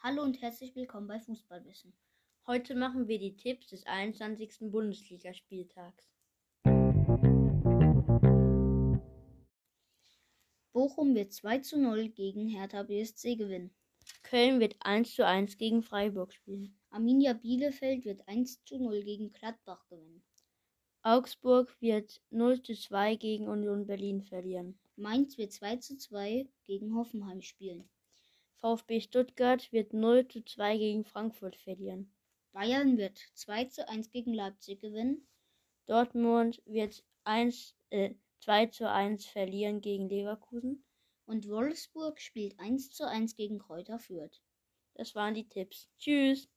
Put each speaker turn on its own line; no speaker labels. Hallo und herzlich willkommen bei Fußballwissen.
Heute machen wir die Tipps des 21. Bundesligaspieltags.
Bochum wird 2 zu 0 gegen Hertha BSC gewinnen.
Köln wird 1 zu 1 gegen Freiburg spielen.
Arminia Bielefeld wird 1 zu 0 gegen Gladbach gewinnen.
Augsburg wird 0 zu 2 gegen Union Berlin verlieren.
Mainz wird 2 zu 2 gegen Hoffenheim spielen.
VfB Stuttgart wird 0 zu 2 gegen Frankfurt verlieren.
Bayern wird 2 zu 1 gegen Leipzig gewinnen.
Dortmund wird 1, äh, 2 zu 1 verlieren gegen Leverkusen.
Und Wolfsburg spielt 1 zu 1 gegen Kräuter Fürth.
Das waren die Tipps. Tschüss.